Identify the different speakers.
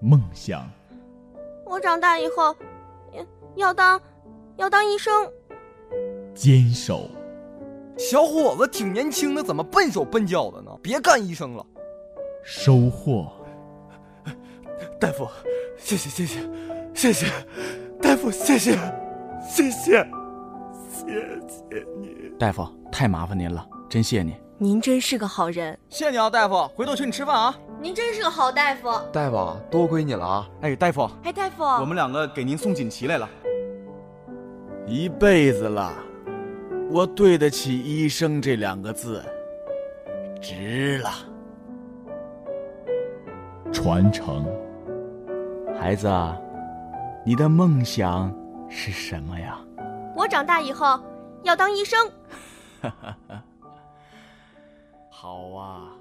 Speaker 1: 梦想。
Speaker 2: 我长大以后，要要当，要当医生。
Speaker 1: 坚守。
Speaker 3: 小伙子挺年轻的，怎么笨手笨脚的呢？别干医生了。
Speaker 1: 收获。
Speaker 4: 大夫，谢谢谢谢谢谢，大夫谢谢谢谢谢谢你，
Speaker 5: 大夫太麻烦您了，真谢您。
Speaker 6: 您真是个好人，
Speaker 3: 谢谢你啊，大夫，回头请你吃饭啊。
Speaker 7: 您真是个好大夫，
Speaker 3: 大夫多亏你了啊。
Speaker 5: 哎，大夫，
Speaker 6: 哎，大夫，
Speaker 5: 我们两个给您送锦旗来了。
Speaker 8: 一辈子了，我对得起医生这两个字，值了。
Speaker 1: 传承，
Speaker 5: 孩子，
Speaker 8: 啊
Speaker 5: 你的梦想是什么呀？
Speaker 2: 我长大以后要当医生。
Speaker 5: 好啊。